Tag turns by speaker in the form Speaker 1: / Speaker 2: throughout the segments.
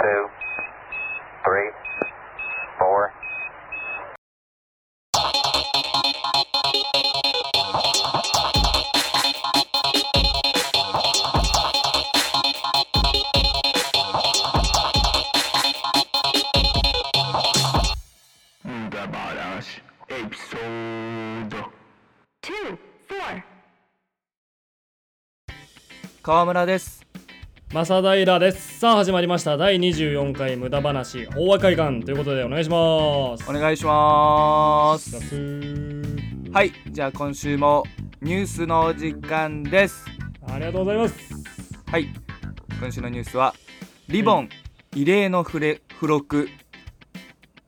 Speaker 1: two, three, four.
Speaker 2: 無駄話エピソード
Speaker 3: two, four.
Speaker 4: 川村です
Speaker 5: 正平ですさあ始まりました第24回無駄話法話会館ということでお願いします
Speaker 4: お願いします
Speaker 5: す
Speaker 4: はいじゃあ今週もニュースのお時間です
Speaker 5: ありがとうございます
Speaker 4: はい今週のニュースはリボン、異例の触れ付録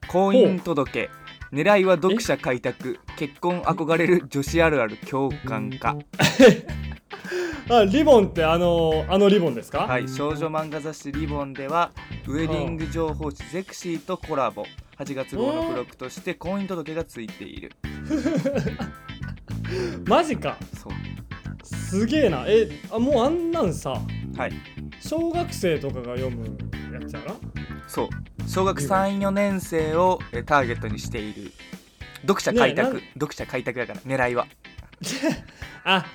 Speaker 4: 婚姻届狙いは読者開拓結婚憧れる女子あるある共感化
Speaker 5: あリボンってあのあのリボンですか
Speaker 4: はい、少女漫画雑誌「リボン」ではウェディング情報誌「ゼクシー」とコラボ8月号の付録として婚姻届がついている、
Speaker 5: マジか
Speaker 4: そう
Speaker 5: すげえなえあもうあんなんさ
Speaker 4: はい
Speaker 5: 小学生とかが読むやつやな
Speaker 4: そう小学34年生をえターゲットにしている読者開拓、
Speaker 5: ね
Speaker 4: 読者開拓だから狙いは、
Speaker 5: あ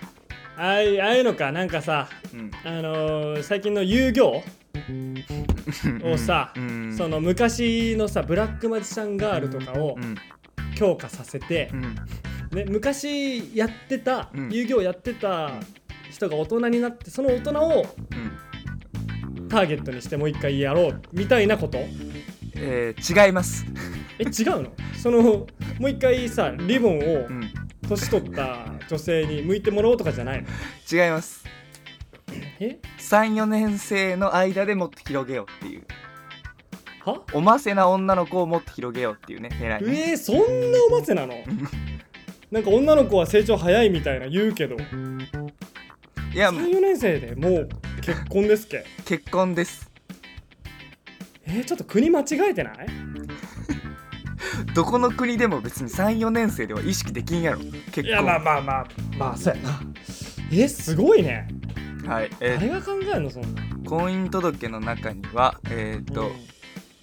Speaker 5: ああいああいうのかなんかさ
Speaker 4: うん、
Speaker 5: あのー、最近の遊行をさ、
Speaker 4: うん
Speaker 5: その昔のさブラックマジシャンガールとかを
Speaker 4: うん
Speaker 5: 強化させて、
Speaker 4: うん
Speaker 5: ね、昔やってた、
Speaker 4: うん
Speaker 5: 遊戯をやってた人が大人になってその大人を
Speaker 4: うん
Speaker 5: ターゲットにしてもう一回やろうみたいなこと
Speaker 4: えー違います、
Speaker 5: え違うのそのもう一回さリボンを
Speaker 4: うん、違
Speaker 5: 年取った女性に向いてもらおうとかじゃないの
Speaker 4: います
Speaker 5: え
Speaker 4: 34年生の間でもっと広げようっていう
Speaker 5: は
Speaker 4: おませな女の子をもっと広げようっていうね狙いね
Speaker 5: えー、そんなおませなのなんか女の子は成長早いみたいな言うけど
Speaker 4: いやもう
Speaker 5: 34年生でもう結婚ですけ
Speaker 4: 結婚です
Speaker 5: えー、ちょっと国間違えてない
Speaker 4: どこの国でも別に34年生では意識できんやろ結
Speaker 5: い
Speaker 4: 婚
Speaker 5: やまあまあまあまあそうやなえすごいね
Speaker 4: はいえ
Speaker 5: 誰が考えるのそんな
Speaker 4: ー婚姻届の中にはえっ、と、
Speaker 5: うん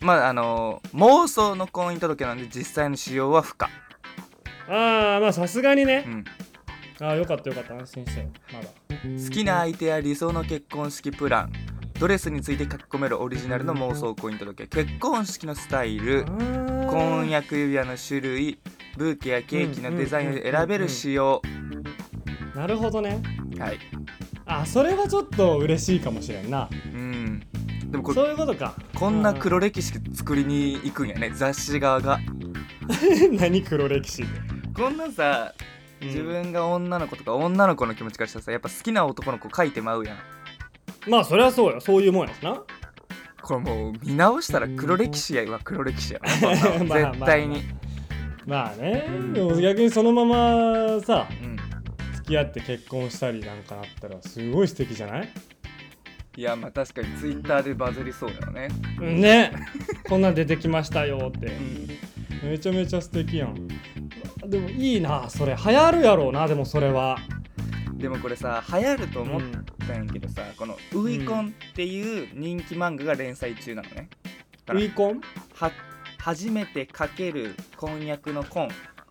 Speaker 4: まああのー妄想の婚姻届なんで実際の使用は不可
Speaker 5: ああまあさすがに
Speaker 4: う
Speaker 5: ね、
Speaker 4: ん
Speaker 5: ああよかったよかった安心したよまだ
Speaker 4: 好きな相手や理想の結婚式プランドレスについて書き込めるオリジナルの妄想婚姻届結婚式のスタイル婚
Speaker 5: 婚
Speaker 4: 約指輪の種類ブーケやケーキのデザインを選べる仕様
Speaker 5: なるほどね
Speaker 4: はい
Speaker 5: あそれはちょっと嬉しいかもしれんな
Speaker 4: うんでもこ
Speaker 5: そ
Speaker 4: れ
Speaker 5: ういうことか
Speaker 4: こんな黒歴史作りに行くんやね雑誌側が
Speaker 5: うん何黒歴史
Speaker 4: こんなさ
Speaker 5: うん
Speaker 4: 自分が女の子とか女の子の気持ちからしたらさやっぱ好きな男の子書いてまうやん
Speaker 5: まあそれはそうよそういうもんやしな
Speaker 4: これもう見直したら黒歴史やわ黒歴史やわこんなの
Speaker 5: まあまあ
Speaker 4: 絶対に
Speaker 5: まあね、
Speaker 4: うん
Speaker 5: でも逆にそのままさ
Speaker 4: うん
Speaker 5: 付き合って結婚したりなんかあったらすごい素敵じゃない
Speaker 4: いやまあ確かにツイッターでバズりそうだよね
Speaker 5: ねこんなん出てきましたよって
Speaker 4: うん
Speaker 5: めちゃめちゃ素敵やんでもいいなそれ流行るやろうなでもそれは
Speaker 4: でもこれさ流行ると思っ
Speaker 5: うん
Speaker 4: たんやけどさこの「ウイコン」っていう人気漫画が連載中なのねだか
Speaker 5: ウ
Speaker 4: ら
Speaker 5: ィコン
Speaker 4: は初めてかける婚約の婚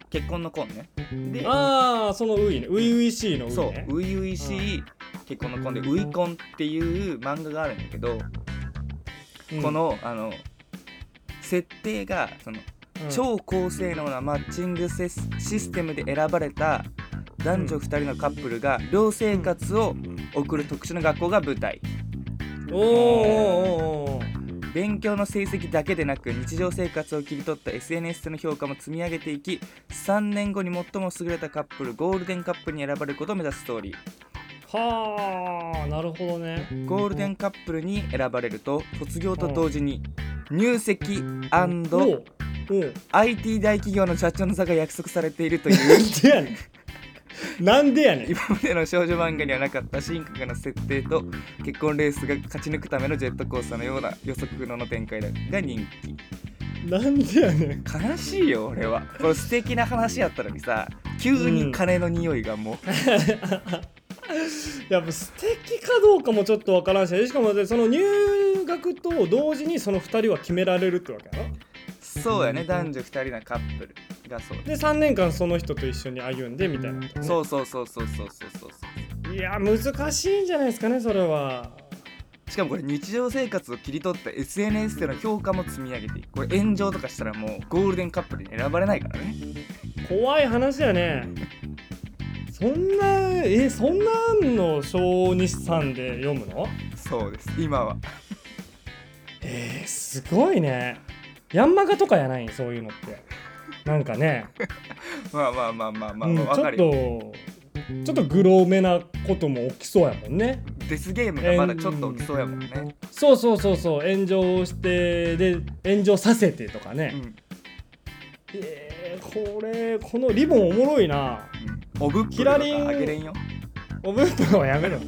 Speaker 4: 結婚の婚ねで
Speaker 5: ああそのウイねウイウイシーのウイ
Speaker 4: そう
Speaker 5: ね
Speaker 4: 初々しい結婚の婚で「ウイコン」っていう漫画があるんだけど、
Speaker 5: うん
Speaker 4: こ、のあの設定がその、
Speaker 5: うん
Speaker 4: 超高性能なマッチングセスシステムで選ばれた男女2人のカップルが寮生活を送る特殊な学校が舞台
Speaker 5: おーおーおーおー
Speaker 4: 勉強の成績だけでなく日常生活を切り取った SNS での評価も積み上げていき3年後に最も優れたカップルゴールデンカップルに選ばれることを目指すストーリー
Speaker 5: はあなるほどね
Speaker 4: ゴールデンカップルに選ばれると卒業と同時に入籍 &IT
Speaker 5: おうおう
Speaker 4: 大企業の社長の座が約束されているという
Speaker 5: なんでやねんなんでやねん
Speaker 4: 今までの少女漫画にはなかった新格の設定と結婚レースが勝ち抜くためのジェットコースターのような予測不能の展開が人気
Speaker 5: なんでやねん
Speaker 4: 悲しいよ俺はこれ素敵な話やったのにさ急に金の匂いがもう、
Speaker 5: やっぱ素敵かどうかもちょっとわからんししかもだってその入学くと同時にその2人は決められるってわけやろ
Speaker 4: そうやね男女2人のカップルがそう
Speaker 5: で3年間その人と一緒に歩んでみたいなことね
Speaker 4: そうそうそうそうそうそうそうそう
Speaker 5: いや難しいんじゃないですかねそれは
Speaker 4: しかもこれ日常生活を切り取った SNS での評価も積み上げていくこれ炎上とかしたらもうゴールデンカップルに選ばれないからね
Speaker 5: 怖い話やねそんなえそんなんの小西さんで読むの
Speaker 4: そうです今は
Speaker 5: えー、すごいねヤンマガとかやないそういうのってなんかね、
Speaker 4: まあまあまあまあまあ、
Speaker 5: うん
Speaker 4: まあ、
Speaker 5: ち
Speaker 4: わ
Speaker 5: ょ
Speaker 4: か
Speaker 5: っ
Speaker 4: るよ
Speaker 5: とちょっとグロめなことも起きそうやもんね
Speaker 4: デスゲームがまだちょっと起きそうやもんね、
Speaker 5: そうそうそうそう炎上してで炎上させてとかね、
Speaker 4: うん
Speaker 5: えー、これこのリボンおもろいな
Speaker 4: うん、おぶっぷとかあげれんよ
Speaker 5: おぶんとはやめろ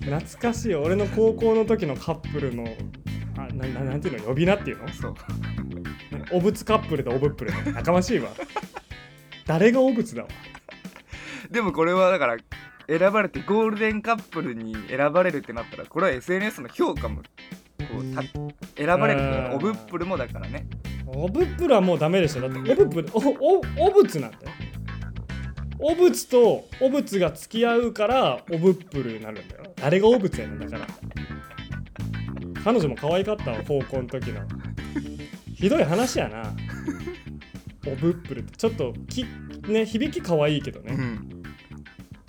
Speaker 5: 懐かしい俺の高校の時のカップルのあなななんていうの呼び名っていうの
Speaker 4: そう
Speaker 5: おぶつカップルとおぶっぷるやかましいわ誰がおぶつだわ
Speaker 4: でもこれはだから選ばれてゴールデンカップルに選ばれるってなったらこれは SNS の評価もこうた選ばれるから
Speaker 5: うん
Speaker 4: オブップルもだからね
Speaker 5: おぶっぷるはもうダメでしょだっておぶっぷるおおおぶつなんだよおぶつとおぶつが付き合うからおぶっぷるになるんだよ誰がおぶつやねんだから彼女も可愛かったわ高校の時のひどい話やなおぶっぷるってちょっときね響き可愛いけど
Speaker 4: う
Speaker 5: ね、
Speaker 4: ん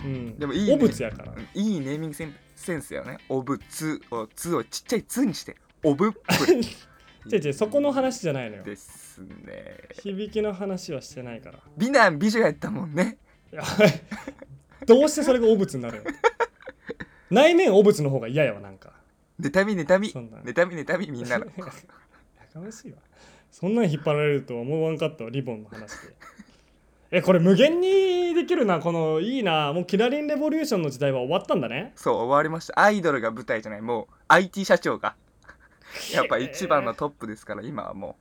Speaker 5: うん、
Speaker 4: でもいいね
Speaker 5: おぶつやから
Speaker 4: いいネーミングセンセンスやねオブツをツをちっちゃいツにしてオブップ ル
Speaker 5: 違う違うそこの話じゃないのよ
Speaker 4: ですね
Speaker 5: 響きの話はしてないから
Speaker 4: 美男美女やったもんね
Speaker 5: いや どうしてそれが汚物になるの内面汚物の方が嫌やわなんか
Speaker 4: 妬み妬み
Speaker 5: そんな
Speaker 4: 妬み妬みみん なの
Speaker 5: やかましいわそんなん引っ張られるとは思わんかったわリボンの話でえこれ無限にできるなこのいいなもうキラリンレボリューションの時代は終わったんだね
Speaker 4: そう終わりましたアイドルが舞台じゃないもう IT 社長がやっぱ一番のトップですから今はも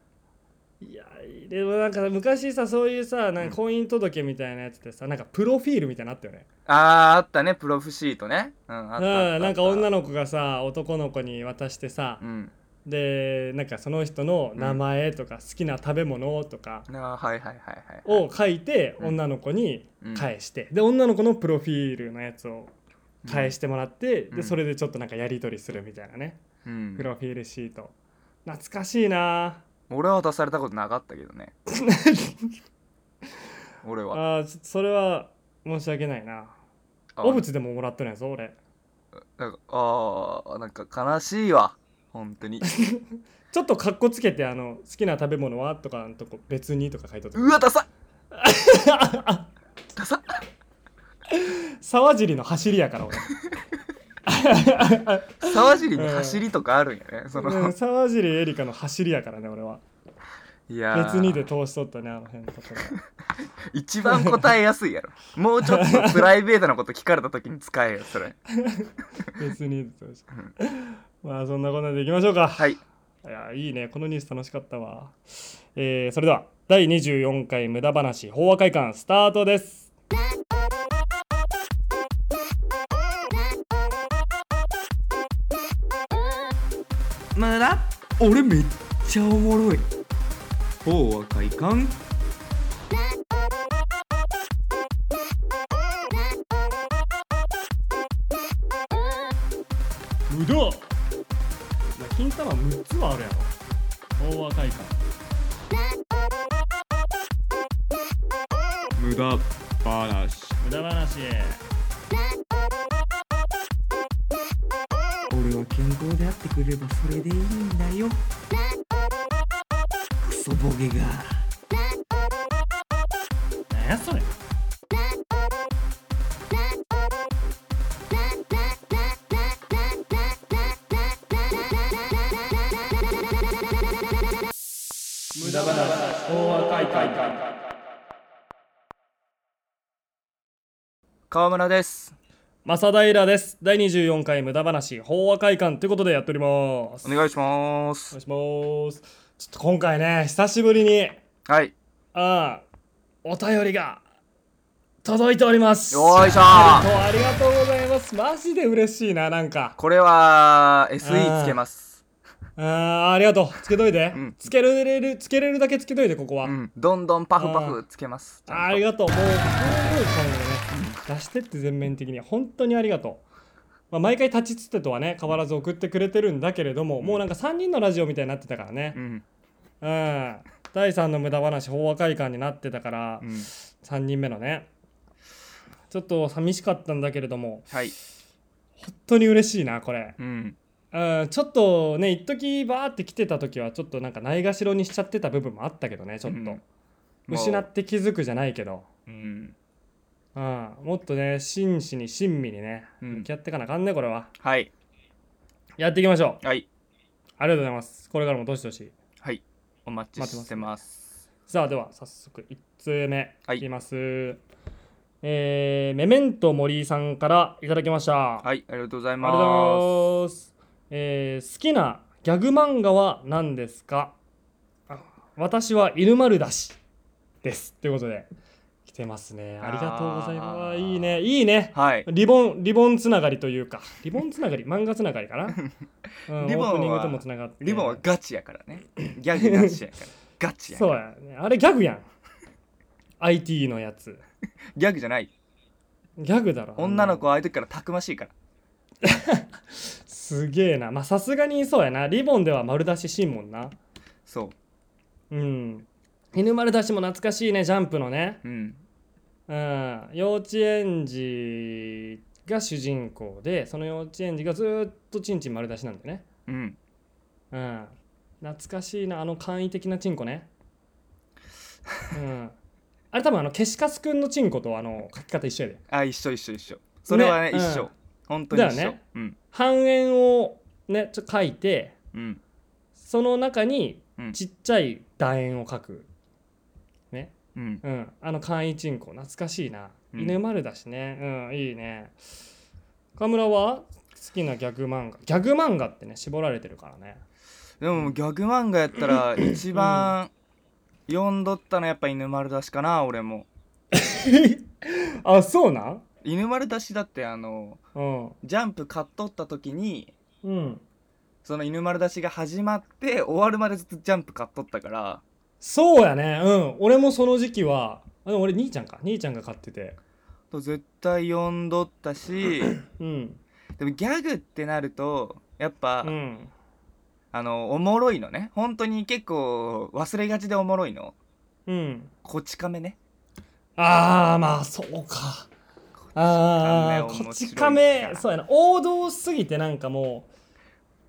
Speaker 5: いやでもなんか昔さそういうさなんか婚姻届みたいなやつでさなんかプロフィールみたいなのあったよね
Speaker 4: うあーあったねプロフシートねうんあったあったあった
Speaker 5: うんなんか女の子がさ男の子に渡してさ、
Speaker 4: うん
Speaker 5: でなんかその人の名前とか好きな食べ物とか
Speaker 4: あーはいはいはいはい
Speaker 5: を書いて
Speaker 4: うん
Speaker 5: 女の子に
Speaker 4: うん
Speaker 5: 返して、で女の子のプロフィールのやつを返してもらって、
Speaker 4: うんう
Speaker 5: で
Speaker 4: ん
Speaker 5: それでちょっとなんかやり取りするみたいなね、
Speaker 4: うん
Speaker 5: プロフィールシート懐かしいな
Speaker 4: 俺は渡されたことなかったけど ね俺
Speaker 5: あ
Speaker 4: は
Speaker 5: ーちょそれは申し訳ないな
Speaker 4: あ
Speaker 5: お物でももらっとるやぞ俺
Speaker 4: なんかあーなんか悲しいわ本当に
Speaker 5: ちょっとかっこつけてあの好きな食べ物はとかのとこ別にとか書いとった
Speaker 4: うわダサダサ
Speaker 5: 沢尻の走りや から俺
Speaker 4: 沢尻に走りとかあるんやねそ
Speaker 5: うん
Speaker 4: の
Speaker 5: 沢尻エリカの走りやからね俺はい
Speaker 4: やー
Speaker 5: 別にで通しとったねあの辺のところ
Speaker 4: 一番答えやすいやろもうちょっとプライベートなこと聞かれた時に使えよそれ
Speaker 5: 別にそうしまあそんなこんなでいきましょうか、
Speaker 4: はい
Speaker 5: い、やいいねこのニュース楽しかったわ、えーそれでは第24回無駄話法話会館スタートです
Speaker 4: 無駄俺めっちゃおもろい法は快感
Speaker 5: 無駄金玉6つはあるやろ法話会館
Speaker 2: 無駄話
Speaker 5: 無駄話
Speaker 4: 俺は健康であってくればそれでいいんだよクソボケが
Speaker 5: 何やそれ無駄話法話会館
Speaker 4: 川村です
Speaker 5: 正平です第24回無駄話法話会館ということでやっております
Speaker 4: お願いしま
Speaker 5: お
Speaker 4: す
Speaker 5: 願いしますちょっと今回ね久しぶりに
Speaker 4: はい
Speaker 5: ああお便りが届いております
Speaker 4: よいしょ
Speaker 5: ありがとうありがとうございますマジで嬉しいななんか
Speaker 4: これは SE つけます
Speaker 5: あーありがとうつけといて、
Speaker 4: うん
Speaker 5: つけれるつけれるだけつけといてここは、
Speaker 4: うん、どんどんパフパフつけます。ちゃんと
Speaker 5: ありがとうもうそういう感じでね出してって全面的に本当にありがとう、まあ、毎回立ちつてとはね変わらず送ってくれてるんだけれども、もうなんか3人のラジオみたいになってたからね
Speaker 4: う、ん、
Speaker 5: うん第3の無駄話法和会館になってたから、
Speaker 4: うん、
Speaker 5: 3人目のねちょっと寂しかったんだけれども
Speaker 4: はい、
Speaker 5: 本当に嬉しいなこれ
Speaker 4: うん、
Speaker 5: うんちょっとね一時バーって来てた時はちょっとなんかないがしろにしちゃってた部分もあったけどねちょっと、
Speaker 4: うん
Speaker 5: 失って気づくじゃないけど、
Speaker 4: うん、
Speaker 5: うん、もっとね真摯に親身にね
Speaker 4: うん
Speaker 5: 向き合ってかなあかんねこれは
Speaker 4: はい、
Speaker 5: やっていきましょう
Speaker 4: はい、
Speaker 5: ありがとうございますこれからもどしどし
Speaker 4: はい、お待ちしてます。
Speaker 5: さあでは早速1通目
Speaker 4: はい
Speaker 5: いきます、えーメメント森井さんからいただきました、
Speaker 4: はい、ありがとうござい
Speaker 5: あ
Speaker 4: ま
Speaker 5: りが
Speaker 4: す。
Speaker 5: とうございます。えー好きなギャグ漫画は何ですかあ私は犬丸だしです。ということで、来てますね。ありがとうございま
Speaker 4: あ
Speaker 5: す。
Speaker 4: ー
Speaker 5: いいね、いいね。
Speaker 4: はい、
Speaker 5: リボン、リボンつながりというか、リボンつながり、漫画つながり かな。うん、
Speaker 4: リボンは
Speaker 5: オープニングともつながって。
Speaker 4: リボンはガチやからね。ギャグガチや から。ガチやか
Speaker 5: そう
Speaker 4: ら。
Speaker 5: やね。あれギャグやん。IT のやつ。
Speaker 4: ギャグじゃない。
Speaker 5: ギャグだろ。
Speaker 4: 女の子はああいう時からたくましいから。
Speaker 5: すげえな。まあさすがにそうやな。リボンでは丸出ししんもんな。
Speaker 4: そ
Speaker 5: うん。犬丸出しも懐かしいね、ジャンプのね。
Speaker 4: う、うん、
Speaker 5: うん。幼稚園児が主人公で、その幼稚園児がずーっとチンチン丸出しなんだよね。
Speaker 4: うん、
Speaker 5: うん。懐かしいな、あの簡易的なチンコね。うん。あれ多分あの、消しカスくんのチンコとあの、書き方一緒やで。
Speaker 4: あ、一緒一緒一緒。それはね、
Speaker 5: ね
Speaker 4: 一
Speaker 5: うん
Speaker 4: 緒。本当に一緒。
Speaker 5: だよね
Speaker 4: うん、
Speaker 5: 半円をね、ちょっと書いて、
Speaker 4: うん、
Speaker 5: その中に
Speaker 4: うん
Speaker 5: ちっちゃい楕円を書く。ね。
Speaker 4: うん、
Speaker 5: うん、あの簡易人口懐かしいな、
Speaker 4: うん
Speaker 5: 犬丸だしねうんいいね岡村は好きなギャグ漫画ギャグ漫画ってね絞られてるからね
Speaker 4: でもギャグ漫画やったら一番読んどったのやっぱ犬丸出しかな俺も
Speaker 5: あそうなん
Speaker 4: 犬丸出しだってあの
Speaker 5: うん
Speaker 4: ジャンプ買っとった時に
Speaker 5: うん
Speaker 4: その犬丸出しが始まって終わるまでずっとジャンプ買っとったから
Speaker 5: そうやねうん俺もその時期はあでも俺兄ちゃんか兄ちゃんが買ってて
Speaker 4: 絶対読んどったし
Speaker 5: うん
Speaker 4: でもギャグってなるとやっぱ、
Speaker 5: うん
Speaker 4: あのおもろいのね本当に結構忘れがちでおもろいの
Speaker 5: うん
Speaker 4: こち亀ね
Speaker 5: ああまあそうかああ
Speaker 4: こち亀
Speaker 5: こ
Speaker 4: 面白い
Speaker 5: ち亀
Speaker 4: から
Speaker 5: そうやな王道すぎてなんかも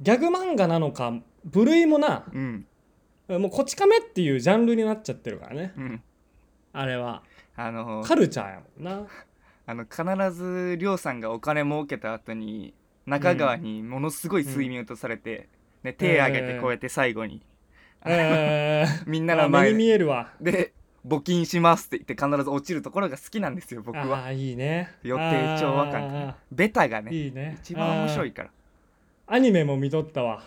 Speaker 5: うギャグ漫画なのか部類もな
Speaker 4: うん
Speaker 5: もうこち亀っていうジャンルになっちゃってるからね
Speaker 4: うん
Speaker 5: あれは
Speaker 4: あの
Speaker 5: カルチャーや もんな
Speaker 4: あの必ず亮さんがお金儲けた後に中川にものすごい睡眠をとされて、ね、手上げてこうやって最後に、
Speaker 5: えー
Speaker 4: みんなの
Speaker 5: あ目
Speaker 4: 前
Speaker 5: に見えるわ
Speaker 4: で「募金します」って言って必ず落ちるところが好きなんですよ僕
Speaker 5: あ
Speaker 4: は
Speaker 5: あいいね
Speaker 4: 予定調和感
Speaker 5: あ
Speaker 4: ベタが
Speaker 5: ー
Speaker 4: ね
Speaker 5: いいね
Speaker 4: 一番面白い
Speaker 5: あ
Speaker 4: から
Speaker 5: ーアニメも見とったわ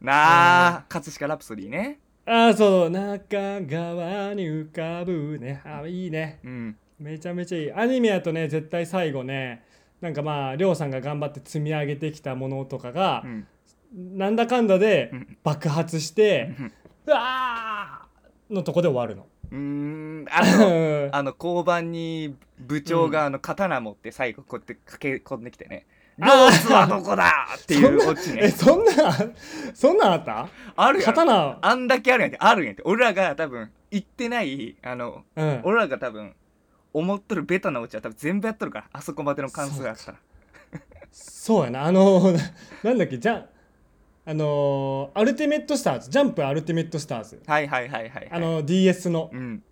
Speaker 4: なあ葛飾ラプソディね
Speaker 5: ああそう中川に浮かぶねあーいいね
Speaker 4: うん
Speaker 5: めちゃめちゃいいアニメやとね絶対最後ねなんかまあ亮さんが頑張って積み上げてきたものとかが
Speaker 4: う、ん
Speaker 5: なんだかんだで
Speaker 4: うん
Speaker 5: 爆発して、
Speaker 4: うん
Speaker 5: うわーのとこで終わるの
Speaker 4: うーんあ とあの交番に部長があの刀持って最後こうやって駆け込んできてね「
Speaker 5: あ
Speaker 4: ロ
Speaker 5: ー
Speaker 4: ースはどこだ!」っていうオチ
Speaker 5: え
Speaker 4: ね
Speaker 5: そんなそんなんあった
Speaker 4: あるやろ
Speaker 5: 刀
Speaker 4: あんだけあるんやんて、あるんやんて。俺らが多分、行ってない、あの、
Speaker 5: うん
Speaker 4: 俺らが多分、思っとるベタなオチは多分全部やっとるから、あそこまでの関数やったら。
Speaker 5: そうやなあのなんだっけじゃあのアルティメットスターズジャンプアルティメットスターズ
Speaker 4: はいはいはいはい、はい。
Speaker 5: あ、の DS の
Speaker 4: うん。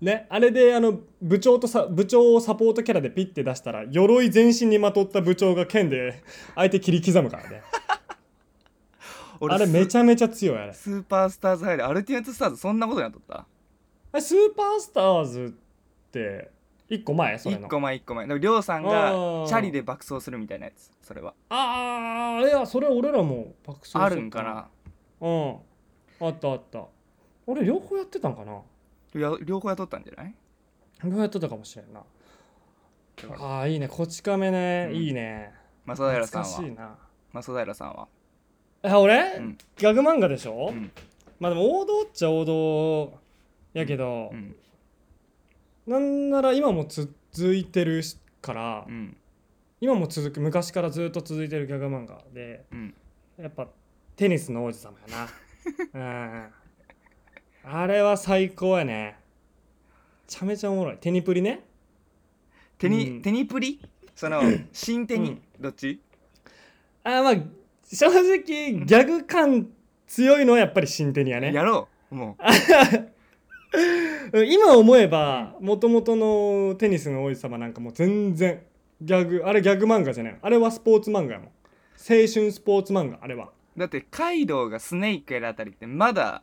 Speaker 5: ねあれであの部長とさ部長をサポートキャラでピッて出したら鎧全身にまとった部長が剣で相手切り刻むからね
Speaker 4: 俺
Speaker 5: あれめ
Speaker 4: ゃ。
Speaker 5: ちゃめちゃ強いあれ
Speaker 4: スーパースターズハイで、アルティメットスターズそんなことになっとった
Speaker 5: あれスーパースターズって1個前それ
Speaker 4: 一
Speaker 5: の
Speaker 4: 個前一個前。でも、りょうさん
Speaker 5: あ
Speaker 4: が
Speaker 5: ー
Speaker 4: チャリで爆走するみたいなやつ、それは。
Speaker 5: ああいやそれ俺らも爆走
Speaker 4: あるんかな
Speaker 5: うんあったあった俺両方やってたんかな
Speaker 4: りょ両方やっとったんじゃない
Speaker 5: 両方やってたかもしれんなああーいいねこち亀ね、
Speaker 4: うん
Speaker 5: いいね
Speaker 4: 正平
Speaker 5: 懐
Speaker 4: さん
Speaker 5: かしい
Speaker 4: は。
Speaker 5: な
Speaker 4: 正平さんは。
Speaker 5: あ俺、
Speaker 4: うん
Speaker 5: ギャグ漫画でしょ、
Speaker 4: うん
Speaker 5: まあでも王道っちゃ王道やけど
Speaker 4: う、ん
Speaker 5: なんなら今も続いてるしから、
Speaker 4: うん
Speaker 5: 今も続く昔からずっと続いてるギャグ漫画で
Speaker 4: うん
Speaker 5: やっぱテニスの王子様やなうんあれは最高やねめちゃめちゃおもろいテニプリね
Speaker 4: 手に、
Speaker 5: うん
Speaker 4: 手にプリその新手に、
Speaker 5: うん
Speaker 4: どっち
Speaker 5: あーまあ正直ギャグ感強いのはやっぱり新テニやね
Speaker 4: やろうも
Speaker 5: うん今思えばもともとのテニスの王子様なんかもう全然ギャグあれギャグ漫画じゃないあれはスポーツ漫画やもん青春スポーツ漫画あれは
Speaker 4: うだってカイドウがスネークやるあたりってまだ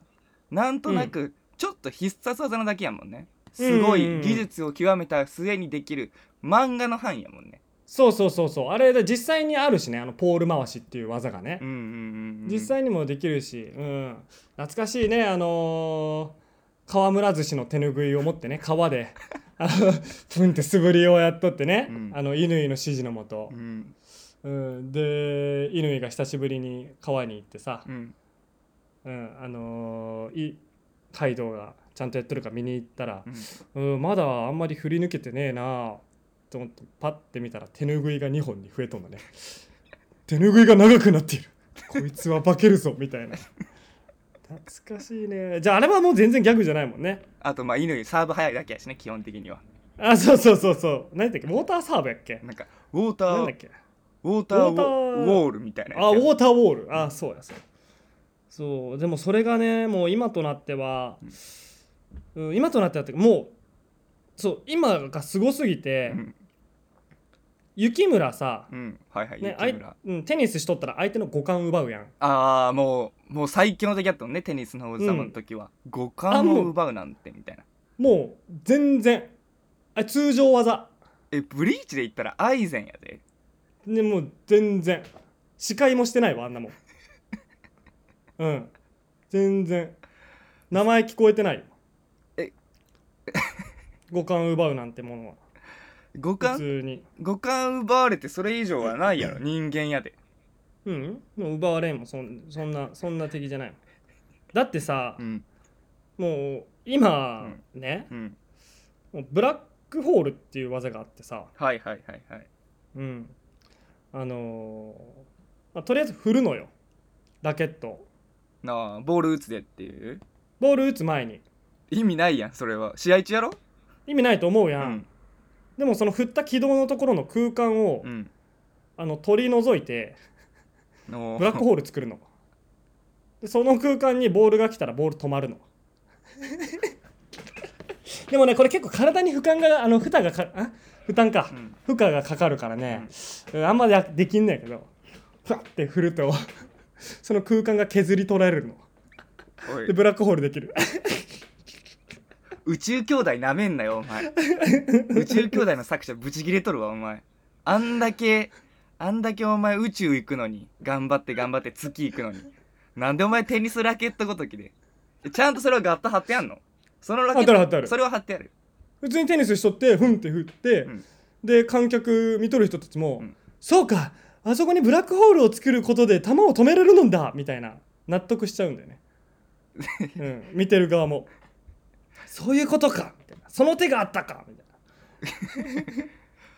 Speaker 4: なんとなくちょっと必殺技なだけやもんねすご
Speaker 5: うんうんう
Speaker 4: い
Speaker 5: ん
Speaker 4: 技術を極めた末にできる漫画の範囲やもんね
Speaker 5: そうそうそうそうあれで実際にあるしねあのポール回しっていう技がね
Speaker 4: うん、うんうん、うん、
Speaker 5: 実際にもできるし、うん、懐かしいねあのー、河村寿司の手ぬぐいを持ってね 川であのプンって素振りをやっとってね、
Speaker 4: うん
Speaker 5: あの乾の指示のもと
Speaker 4: う、ん
Speaker 5: うん、で乾が久しぶりに川に行ってさ、
Speaker 4: うん
Speaker 5: うん、あのーいカイドウがちゃんとやってるか見に行ったら
Speaker 4: う、ん
Speaker 5: うん、まだあんまり振り抜けてねえなあと思ってパッて見たら手ぬぐいが2本に増えとん だね手ぬぐいが長くなっているこいつは化けるぞみたいな懐かしいねじゃああれはもう全然ギャグじゃないもんね
Speaker 4: あとまあ乾サーブ早いだけやしね基本的には
Speaker 5: あそうそうそうそう何だっけウォーターサーブやっけ
Speaker 4: なんかウォータ
Speaker 5: なんだっ
Speaker 4: ー
Speaker 5: け
Speaker 4: ウォーターウ
Speaker 5: ウォー
Speaker 4: ォ
Speaker 5: ター
Speaker 4: ウォールみたいなやつ
Speaker 5: あウ
Speaker 4: や
Speaker 5: ォーターウォールあそうやそうそうでもそれがねもう今となっては、うん、今となってはってかもうそう今がすごすぎて、
Speaker 4: うん
Speaker 5: 雪村さ、
Speaker 4: うんはいはい、
Speaker 5: ねあ
Speaker 4: 雪
Speaker 5: い
Speaker 4: 村
Speaker 5: うん、テニスしとったら相手の五感奪うやん
Speaker 4: ああもうもう最強の時やったもんねテニスの王子様の時は、五冠を奪うなんてみたいな
Speaker 5: もう全然あ通常技
Speaker 4: えブリーチで言ったらアイゼンやで
Speaker 5: ねもう全然視界もしてないわあん なもんうん全然名前聞こえてないよ
Speaker 4: え
Speaker 5: 五感奪うなんてものは
Speaker 4: 五
Speaker 5: 普
Speaker 4: 冠
Speaker 5: 通に
Speaker 4: 五冠奪われてそれ以上はないやろ人間やで
Speaker 5: うんもう奪われんもんそんそんなそんな敵じゃないもんだってさ、
Speaker 4: うん
Speaker 5: もう今ね、
Speaker 4: うん
Speaker 5: もうブラックホールっていう技があってさ、
Speaker 4: はいはいはいはい
Speaker 5: うん、あのーまあ、とりあえず振るのよラケットを
Speaker 4: なあボール打つでっていう
Speaker 5: ボール打つ前に
Speaker 4: 意味ないやんそれは試合中やろ
Speaker 5: 意味ないと思うや、
Speaker 4: うんん
Speaker 5: でもその振った軌道のところの空間を、
Speaker 4: うん
Speaker 5: あの取り除いて
Speaker 4: の
Speaker 5: ブラックホール作るのでその空間にボールが来たらボール止まるの でもねこれ結構体に負担があの負担がかあ負担か、
Speaker 4: うん
Speaker 5: 負荷がかかるからね、うんあんまやできんないけどふわって振るとその空間が削り取られるの
Speaker 4: おい
Speaker 5: でブラックホールできる
Speaker 4: 宇宙兄弟なめんなよお前宇宙兄弟の作者ブチギレとるわお前あんだけあんだけお前宇宙行くのに頑張って頑張って月行くのになんでお前テニスラケットごときでちゃんとそれをガッと貼ってやんのそのラケット
Speaker 5: 貼ってある貼ってある
Speaker 4: それは貼ってやる
Speaker 5: 普通にテニスしとってふんって振って、
Speaker 4: ん
Speaker 5: で観客見とる人たちも、
Speaker 4: ん
Speaker 5: そうかあそこにブラックホールを作ることで球を止められるんだみたいな納得しちゃうんだよね、うん、見てる側もそういうことかみたいなその手があったかみたいな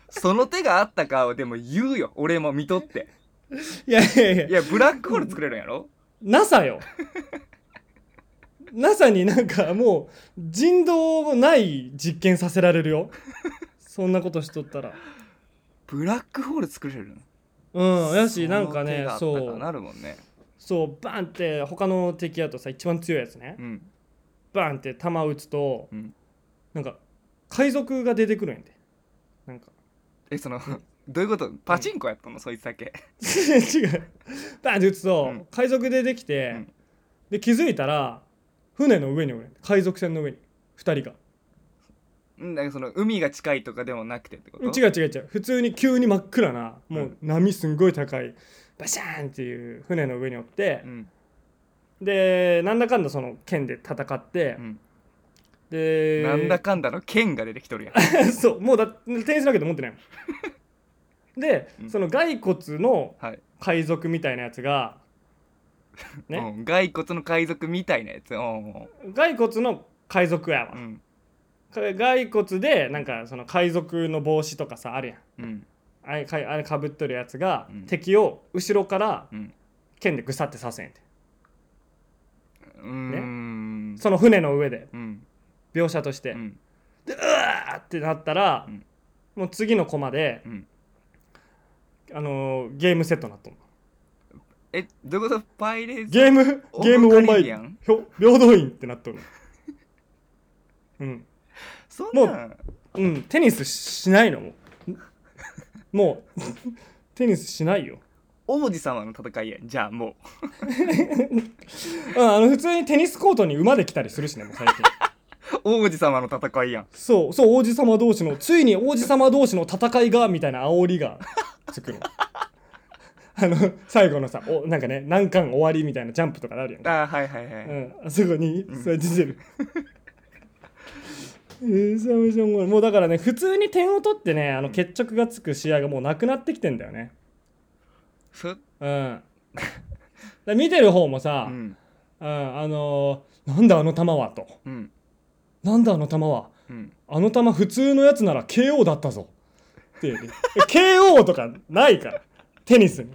Speaker 4: その手があったかをでも言うよ俺も見とって
Speaker 5: いやいやいや
Speaker 4: いやブラックホール作れるんやろ
Speaker 5: NASA よ NASA になんかもう人道もない実験させられるよそんなことしとったら
Speaker 4: ブラックホール作れるの
Speaker 5: うんやしなんか
Speaker 4: その手
Speaker 5: ね
Speaker 4: があった
Speaker 5: そ
Speaker 4: か
Speaker 5: う
Speaker 4: なるもんね
Speaker 5: そうバンって他の敵やとさ一番強いやつね
Speaker 4: うん
Speaker 5: バンって弾打つと、
Speaker 4: うん
Speaker 5: なんか海賊が出てくるんやでなんか
Speaker 4: えその どういうことパチンコやったのそいつだけ
Speaker 5: 違うバンって打つと、
Speaker 4: うん
Speaker 5: 海賊出てきて、
Speaker 4: うん
Speaker 5: で気づいたら船の上におるんやで海賊船の上に2人が
Speaker 4: うんだからその海が近いとかでもなくてってこと
Speaker 5: 違う違う違う普通に急に真っ暗なも
Speaker 4: うん
Speaker 5: う波すんごい高いバシャーンっていう船の上におって
Speaker 4: う、ん
Speaker 5: でなんだかんだその剣で戦って、
Speaker 4: うん
Speaker 5: で
Speaker 4: なんだかんだの剣が出てきとるやん
Speaker 5: そうもうだテニスラケット持ってないもんで、
Speaker 4: うん
Speaker 5: その骸骨の
Speaker 4: はい
Speaker 5: 海賊みたいなやつがね、
Speaker 4: うん骸骨の海賊みたいなやつうんうん
Speaker 5: 骸骨の海賊やわ
Speaker 4: う、ん
Speaker 5: 骸骨でなんかその海賊の帽子とかさあるやん
Speaker 4: うん
Speaker 5: あれかあれかぶっとるやつが、
Speaker 4: うん
Speaker 5: 敵を後ろから
Speaker 4: うん
Speaker 5: 剣でぐさって刺せんて
Speaker 4: うーん
Speaker 5: その船の上で
Speaker 4: うん
Speaker 5: 描写として、
Speaker 4: うん
Speaker 5: でうわーってなったら、
Speaker 4: うん
Speaker 5: もう次のコマで、
Speaker 4: うん
Speaker 5: あのーゲームセットになっとんの
Speaker 4: えどういうことパイレーツ
Speaker 5: ゲーム
Speaker 4: オブ
Speaker 5: ゲームオンバ
Speaker 4: カリビ
Speaker 5: イひ
Speaker 4: アン
Speaker 5: ょ平等院ってなっとるうん
Speaker 4: そんなん
Speaker 5: うんテニスしないのもうもうテニスしないよ
Speaker 4: 王子様の戦いやんじゃあも
Speaker 5: うんあの普通にテニスコートに馬で来たりするしねもう最近
Speaker 4: う王子様の戦いやん
Speaker 5: そうそう王子様同士のついに王子様同士の戦いがみたいな煽りがつくのあの最後のさおなんかね難関終わりみたいなジャンプとかあるやんか、
Speaker 4: あーはいはいは
Speaker 5: う
Speaker 4: い、
Speaker 5: ん、あそこにそれ出てるえーめちゃめちゃおもろいもうだからね普通に点を取ってねあの決着がつく試合がもうなくなってきてんだよね
Speaker 4: そ
Speaker 5: うん だから見てる方もさ、
Speaker 4: う
Speaker 5: うん
Speaker 4: ん
Speaker 5: あのーなんだあの球はと
Speaker 4: うん
Speaker 5: なんだあの球は
Speaker 4: うん
Speaker 5: あの球普通のやつなら KO だったぞっていう ね KO とかないからテニスに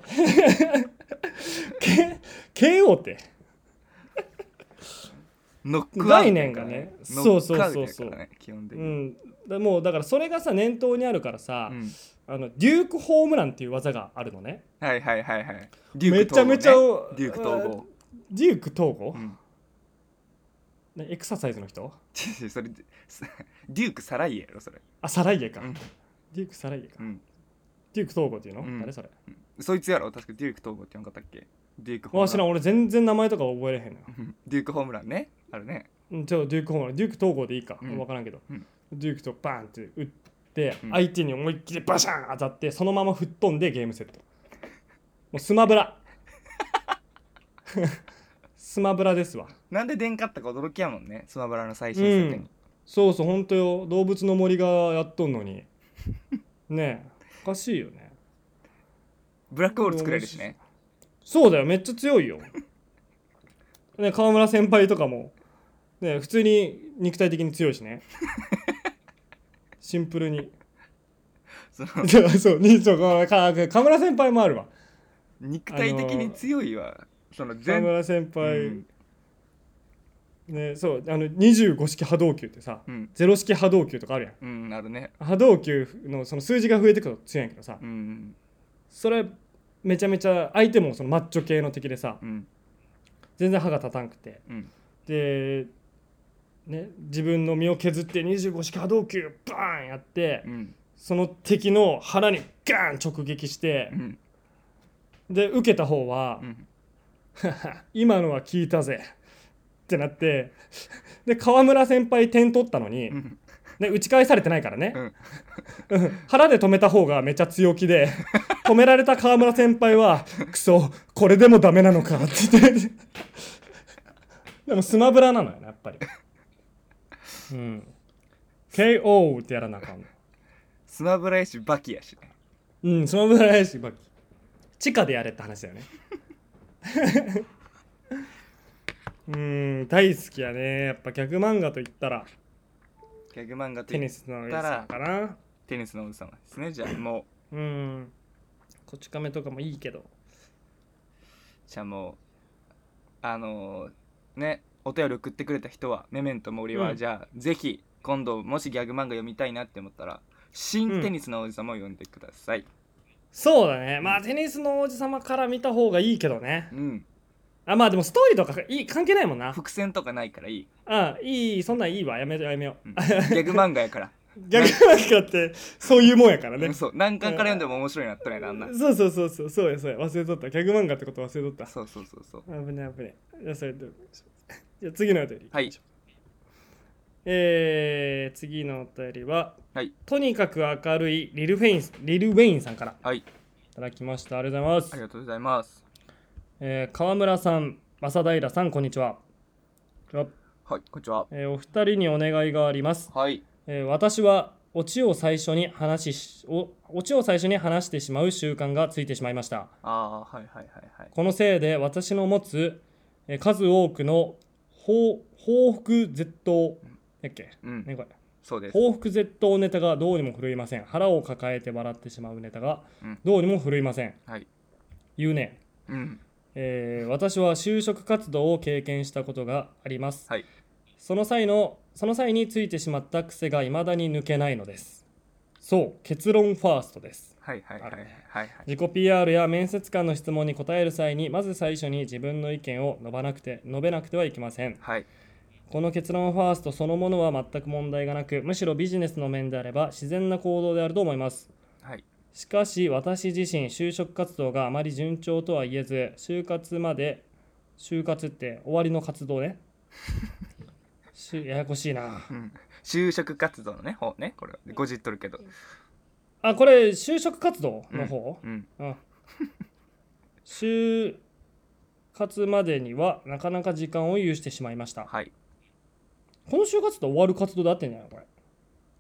Speaker 5: K- KO って
Speaker 4: ノックアウト
Speaker 5: 概
Speaker 4: や
Speaker 5: 念
Speaker 4: か
Speaker 5: が
Speaker 4: らね
Speaker 5: ね
Speaker 4: ノッ
Speaker 5: そう
Speaker 4: クア
Speaker 5: そう
Speaker 4: ウト
Speaker 5: そ
Speaker 4: や
Speaker 5: うそう
Speaker 4: からね基本的
Speaker 5: う
Speaker 4: に、
Speaker 5: んだもうだからそれがさ念頭にあるからさ、
Speaker 4: うん
Speaker 5: あのデュークホームランっていう技があるのね
Speaker 4: はいはいはいはいデ
Speaker 5: めちゃめちゃ
Speaker 4: 統合ねデューク統合
Speaker 5: デューク統合
Speaker 4: う、ん
Speaker 5: ねエクササイズの人
Speaker 4: 違うそれさデュークサライエやろそれ
Speaker 5: あサライエか、
Speaker 4: うん
Speaker 5: デュークサライエか、
Speaker 4: うん
Speaker 5: デューク統合っていうの、
Speaker 4: うん
Speaker 5: 誰それ
Speaker 4: そいつやろ確かデューク統合って呼んかったっけデュークホ
Speaker 5: わ
Speaker 4: ー
Speaker 5: し
Speaker 4: ム
Speaker 5: ら
Speaker 4: ラン
Speaker 5: 俺全然名前とか覚えれへんのよ
Speaker 4: うんデュークホームランねあるね
Speaker 5: うん、ちょデュークホームランデューク統合でいいか、
Speaker 4: う
Speaker 5: わ
Speaker 4: ん
Speaker 5: 分からんけど、
Speaker 4: うん
Speaker 5: デュークとバーンって打って、
Speaker 4: うん
Speaker 5: 相手に思いっきりバシャン当たってそのまま吹っ飛んでゲームセットもうスマ ブラスマブラですわ
Speaker 4: なんで出んかったか驚きやもんねスマブラの最新作に、
Speaker 5: そうそうほんとよ動物の森がやっとんのに ねえおかしいよね
Speaker 4: ブラックホール作れるしね
Speaker 5: そうだよめっちゃ強いよ、ね、川村先輩とかも、ね、普通に肉体的に強いしねシンプルに
Speaker 4: その
Speaker 5: いやそう、にそうかか河村先輩もあるわ。
Speaker 4: 肉体的に強いわ、その
Speaker 5: 河
Speaker 4: 全
Speaker 5: 村先輩、
Speaker 4: うん
Speaker 5: ね、そう、あの25式波動球ってさ、
Speaker 4: うん
Speaker 5: ゼロ式波動球とかあるやん。
Speaker 4: うんあるね
Speaker 5: 波動球のその数字が増えてくると強いんやけどさ、
Speaker 4: うん
Speaker 5: それめちゃめちゃ相手もそのマッチョ系の敵でさ、
Speaker 4: うん
Speaker 5: 全然歯が立たんくて、
Speaker 4: うん
Speaker 5: で、ね、自分の身を削って25式波動球バーンやって、
Speaker 4: うん
Speaker 5: その敵の腹にガーン直撃して
Speaker 4: う、ん
Speaker 5: で受けた方は、
Speaker 4: うん
Speaker 5: 今のは聞いたぜってなってで川村先輩点取ったのに、
Speaker 4: ん
Speaker 5: ね、打ち返されてないからね、
Speaker 4: うん
Speaker 5: うん腹で止めた方がめっちゃ強気で止められた川村先輩は「クソこれでもダメなのか」って言ってでもスマブラなのよねやっぱりうん「KO」ってやらなあかんの
Speaker 4: スマブラやしバキやしね
Speaker 5: うんスマブラやしバキ地下でやれって話だ よねうん大好きやねやっぱ逆漫画といったら
Speaker 4: ギャグ漫画と
Speaker 5: テ
Speaker 4: 言
Speaker 5: ニ
Speaker 4: っ
Speaker 5: スの
Speaker 4: た
Speaker 5: や
Speaker 4: ら
Speaker 5: つかな
Speaker 4: テニスの王子様ですねじゃあもう
Speaker 5: うんこち亀とかもいいけど
Speaker 4: じゃあもうあのーねお便り送ってくれた人はメメント森は、
Speaker 5: うん
Speaker 4: じゃあぜひ今度もしギャグ漫画読みたいなって思ったら新テニスの王子様を読んでください
Speaker 5: そうだねまあテニスの王子様から見た方がいいけどね
Speaker 4: うん、
Speaker 5: あまあでもストーリーとかいい関係ないもんな
Speaker 4: 伏線とかないからいい、
Speaker 5: あいいそんなんいいわやめようやめよ
Speaker 4: うん
Speaker 5: う
Speaker 4: ギャグ漫画やから
Speaker 5: 逆漫画ってそういうもんやからね
Speaker 4: うん
Speaker 5: そ
Speaker 4: そう難関から読んでも面白いなっとるやなあんな
Speaker 5: うそうそうそうそうやそうや忘れとったギャグ漫画ってこと忘れとった
Speaker 4: そうそうそうそう
Speaker 5: 危ね危ね。じゃあそれでじゃあ次のお便り。
Speaker 4: はい
Speaker 5: えー、次のお便りは、
Speaker 4: はい
Speaker 5: とにかく明るいリル・フェインリルウェインさんから
Speaker 4: はい
Speaker 5: いただきました。ありがとうござ
Speaker 4: あ
Speaker 5: いま
Speaker 4: り
Speaker 5: す。
Speaker 4: がとうございます
Speaker 5: えー、川村さん、正平さん、こんにちは。こんにちは
Speaker 4: はいこんにちは
Speaker 5: えーお二人にお願いがあります。
Speaker 4: はい
Speaker 5: えー私はオチを最初に話しおオチを最初に話してしまう習慣がついてしまいました
Speaker 4: ああーはいはいはいはい
Speaker 5: このせいで私の持つえー数多くの報報復絶倒だっけ、
Speaker 4: うん
Speaker 5: ね、これ
Speaker 4: そうです
Speaker 5: 報復絶倒ネタがどうにも震いません腹を抱えて笑ってしまうネタが
Speaker 4: うん
Speaker 5: どうにも震いません、
Speaker 4: はい
Speaker 5: 言うね、
Speaker 4: うん
Speaker 5: えー私は就職活動を経験したことがあります、
Speaker 4: はい
Speaker 5: その際のその際についてしまった癖が未だに抜けないのですそう結論ファーストです
Speaker 4: はいはいはい
Speaker 5: あ
Speaker 4: はい
Speaker 5: るね
Speaker 4: はいはい
Speaker 5: 自己 PR や面接官の質問に答える際にまず最初に自分の意見を述ばなくて述べなくてはいけません
Speaker 4: はい
Speaker 5: この結論ファーストそのものは全く問題がなくむしろビジネスの面であれば自然な行動であると思います
Speaker 4: はい
Speaker 5: しかし私自身就職活動があまり順調とは言えず就活まで就活って終わりの活 動ねしややこしいな
Speaker 4: うん就職活動のね方ねこれごじっとるけど
Speaker 5: あこれ就職活動の方、
Speaker 4: うん
Speaker 5: うん就活までにはなかなか時間を有してしまいました
Speaker 4: はい
Speaker 5: この就活って終わる活動だってんじゃないのこれ、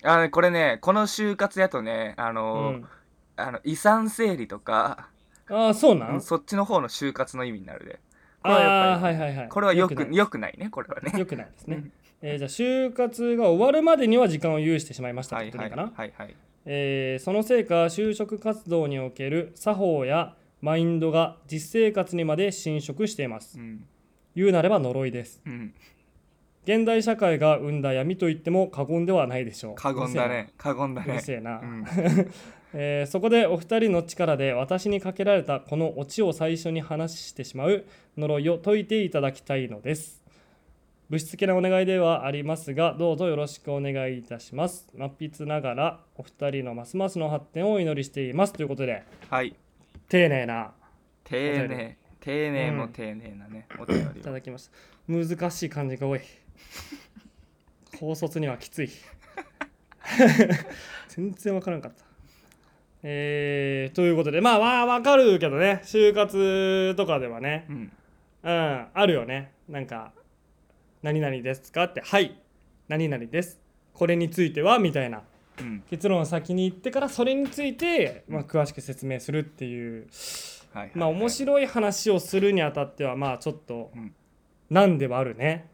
Speaker 4: あーこれねこの就活やとねあ
Speaker 5: う
Speaker 4: のー
Speaker 5: ん、
Speaker 4: あの遺産整理とか
Speaker 5: ああそうなん
Speaker 4: そっちの方の就活の意味になるでこれはや
Speaker 5: あ
Speaker 4: っ
Speaker 5: あ
Speaker 4: ぱ
Speaker 5: は
Speaker 4: り
Speaker 5: いはいはい
Speaker 4: これはよく
Speaker 5: ない
Speaker 4: よくないねこれはね
Speaker 5: よくないです
Speaker 4: う
Speaker 5: ね
Speaker 4: ん。
Speaker 5: えーじゃあ就活が終わるまでには時間を有してしまいましたっ
Speaker 4: は
Speaker 5: て
Speaker 4: い
Speaker 5: ことで
Speaker 4: はい
Speaker 5: いいか
Speaker 4: は
Speaker 5: な、
Speaker 4: いはい
Speaker 5: えーそのせいか就職活動における作法やマインドが実生活にまで侵食しています、
Speaker 4: うん
Speaker 5: 言うなれば呪いです
Speaker 4: うん
Speaker 5: 現代社会が生んだ闇と言っても過言ではないでしょう
Speaker 4: 過言だね過言だ
Speaker 5: うる
Speaker 4: ね
Speaker 5: せえな、
Speaker 4: うん
Speaker 5: えーそこでお二人の力で私にかけられたこのオチを最初に話してしまう呪いを解いていただきたいのですぶしつけなお願いではありますがどうぞよろしくお願いいたします真っ筆ながらお二人のますますの発展をお祈りしていますということで
Speaker 4: はい
Speaker 5: 丁寧な
Speaker 4: 丁
Speaker 5: お便
Speaker 4: 寧丁寧
Speaker 5: う
Speaker 4: も
Speaker 5: ん
Speaker 4: 丁寧なねお便り
Speaker 5: いた
Speaker 4: を
Speaker 5: だきました難しい漢字が多い高卒にはきつい 全然わからんかったえーということでまあまあわかるけどね就活とかではね
Speaker 4: うん
Speaker 5: うんあるよねなんか「何々ですか?」って「はい何々ですこれについては」みたいな
Speaker 4: うん
Speaker 5: 結論を先に言ってからそれについて、まあ、詳しく説明するっていう
Speaker 4: はいはい
Speaker 5: まあ面白い話をするにあたってはまあちょっと
Speaker 4: うん
Speaker 5: なんではあるね。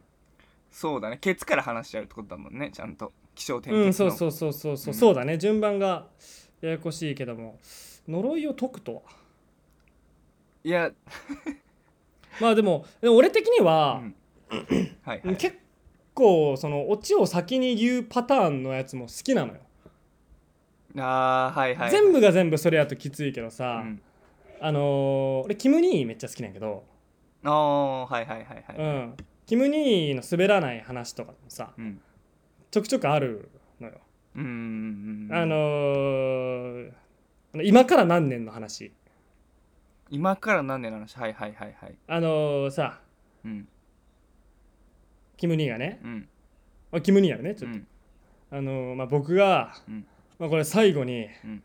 Speaker 4: そうだねケツから話し合うってことだもんねちゃんと気象点
Speaker 5: う
Speaker 4: 結の
Speaker 5: んそうそうそうそうそう、
Speaker 4: うん
Speaker 5: そうだね順番がややこしいけども呪いを解くとはい
Speaker 4: や
Speaker 5: まあでもでも俺的に
Speaker 4: う
Speaker 5: は、
Speaker 4: んはいはい
Speaker 5: 結構そのオチを先に言うパターンのやつも好きなのよ、
Speaker 4: あーはいはい
Speaker 5: 全部が全部それやときついけど
Speaker 4: う
Speaker 5: さ、
Speaker 4: ん
Speaker 5: あのー俺キム・ニーめっちゃ好きなんやけど、
Speaker 4: あーはいはいはいは
Speaker 5: う
Speaker 4: い
Speaker 5: ん、キム・ニーの滑らない話とかもさ
Speaker 4: うん
Speaker 5: ちょくちょくあるのよ、
Speaker 4: うんうんうん
Speaker 5: あのー今から何年の話
Speaker 4: 今から何年の話はいはいはいはい
Speaker 5: あのーさ
Speaker 4: うん
Speaker 5: キム・ニーがね
Speaker 4: うん
Speaker 5: あキム・ニーやるねちょっと、
Speaker 4: うん
Speaker 5: あのまあ、僕が、
Speaker 4: うん
Speaker 5: まあ、これ最後に、
Speaker 4: うん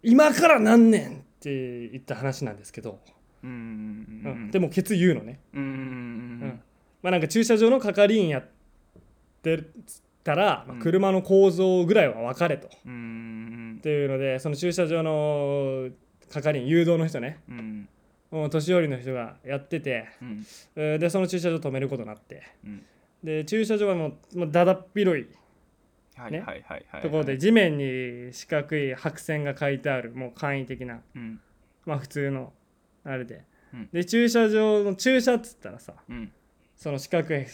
Speaker 5: 今から何年って言った話なんですけど、
Speaker 4: うんうん
Speaker 5: う
Speaker 4: うんん
Speaker 5: でもケツ言うのね、
Speaker 4: うんうん
Speaker 5: う
Speaker 4: うんんうん
Speaker 5: まあ、なんか駐車場の係員やってたら、まあ
Speaker 4: うん
Speaker 5: 車の構造ぐらいは分かれと、
Speaker 4: うんうん
Speaker 5: っていうのでその駐車場の係員誘導の人ね
Speaker 4: うんうん
Speaker 5: もう年寄りの人がやってて
Speaker 4: うん
Speaker 5: えーでその駐車場止めることになって、
Speaker 4: うん
Speaker 5: で駐車場はもうもうだだっ広い
Speaker 4: はい
Speaker 5: ね
Speaker 4: はいはいはい
Speaker 5: ところで地面に四角い白線が書いてあるもう簡易的な
Speaker 4: うん
Speaker 5: まあ普通のあれで、
Speaker 4: うん
Speaker 5: で駐車場の駐車っつったらさ
Speaker 4: うん
Speaker 5: その四角い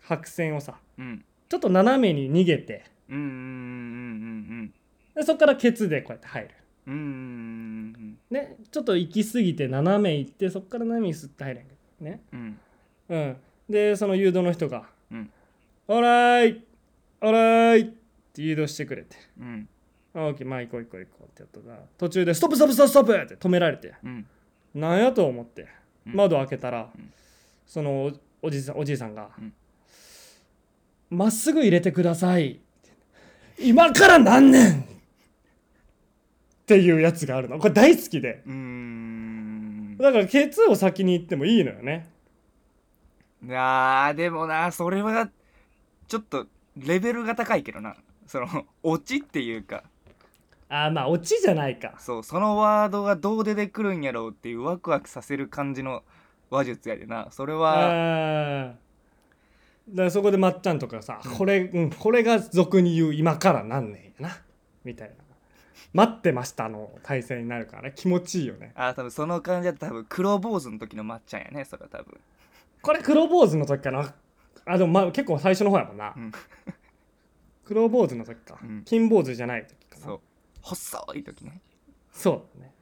Speaker 5: 白線をさ
Speaker 4: うん
Speaker 5: ちょっと斜めに逃げて
Speaker 4: うんうん
Speaker 5: でそこからケツでこうやって入る
Speaker 4: うんうんうんうん
Speaker 5: ねちょっと行き過ぎて斜め行ってそこから斜めにすって入るんやけどね
Speaker 4: うんうん
Speaker 5: うんでその誘導の人が
Speaker 4: うん
Speaker 5: 「オーライオーライ!」って誘導してくれて
Speaker 4: うん
Speaker 5: 「あオッケーまあ行こう行こう行こう」ってやったら途中で「ストップストップストップストップ!」って止められて
Speaker 4: うん
Speaker 5: なんやと思って
Speaker 4: うん
Speaker 5: 窓開けたら、
Speaker 4: うん
Speaker 5: そのおおじさんおじいさんが
Speaker 4: うん
Speaker 5: 「ま、っすぐ入れてください」今から何年っていうやつがあるのこれ大好きで
Speaker 4: うーん
Speaker 5: だからケツを先に行ってもいいのよね
Speaker 4: いやーでもなそれはちょっとレベルが高いけどなその オチっていうか
Speaker 5: あーまあオチじゃないか
Speaker 4: そうそのワードがどう出てくるんやろうっていうワクワクさせる感じの話術やでなそれは
Speaker 5: あーだからそこでまっちゃんとかさ、これ、うん、これが俗に言う今から何年やなみたいな待ってましたの体制になるからね気持ちいいよね
Speaker 4: あー多分その感じだと多分黒坊主の時のまっちゃんやねそれは多分
Speaker 5: これ黒坊主の時かなあでもまあ結構最初の方やもんな、
Speaker 4: うん
Speaker 5: 黒坊主の時か、
Speaker 4: うん
Speaker 5: 金坊主じゃない時かな
Speaker 4: そう細い時ね
Speaker 5: そうだね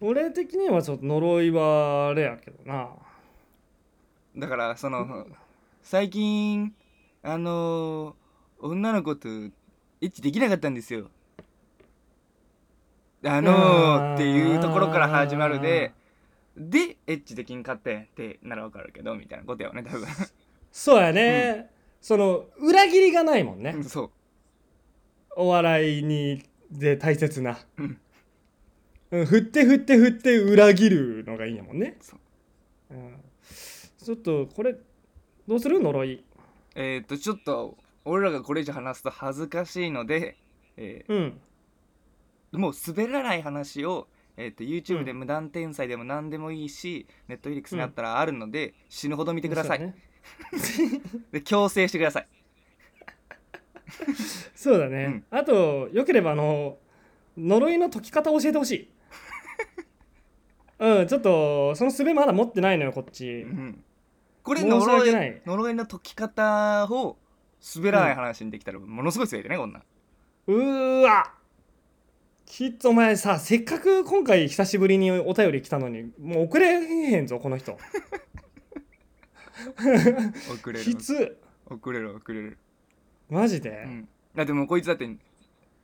Speaker 5: 俺的にはちょっと呪いはあれやけどな
Speaker 4: だからその最近あのー女の子とエッチできなかったんですよあのー、っていうところから始まるででエッチできんかったんやってならわかるけどみたいなことやわね多分
Speaker 5: そうやね、その裏切りがないもんね、
Speaker 4: うん そう
Speaker 5: お笑いにで大切な、
Speaker 4: うん
Speaker 5: うん、振って振って振って裏切るのがいいんやもんね、
Speaker 4: そう
Speaker 5: ん、ちょっとこれどうする呪い
Speaker 4: えー、っとちょっと俺らがこれ以上話すと恥ずかしいので、え
Speaker 5: うん
Speaker 4: ーもう滑らない話を、えー、と YouTube で無断転載でも何でもいいし、Netflix になったらあるので、死ぬほど見てください、
Speaker 5: そうだね
Speaker 4: で強制してください
Speaker 5: そうだね、あとよければあの呪いの解き方教えてほ しいうんちょっとその術まだ持ってないのよこっち
Speaker 4: うんこれ
Speaker 5: 申し
Speaker 4: 呪
Speaker 5: 訳
Speaker 4: い
Speaker 5: ない
Speaker 4: 呪いの解き方を滑らない話にできたらものすごい強いでねこんなん
Speaker 5: うーわきっとお前させっかく今回久しぶりにお便り来たのにもう遅れへんぞこの人
Speaker 4: 遅れる
Speaker 5: きつ
Speaker 4: 遅れる遅れる、
Speaker 5: マジで、
Speaker 4: うん、だってもうこいつだって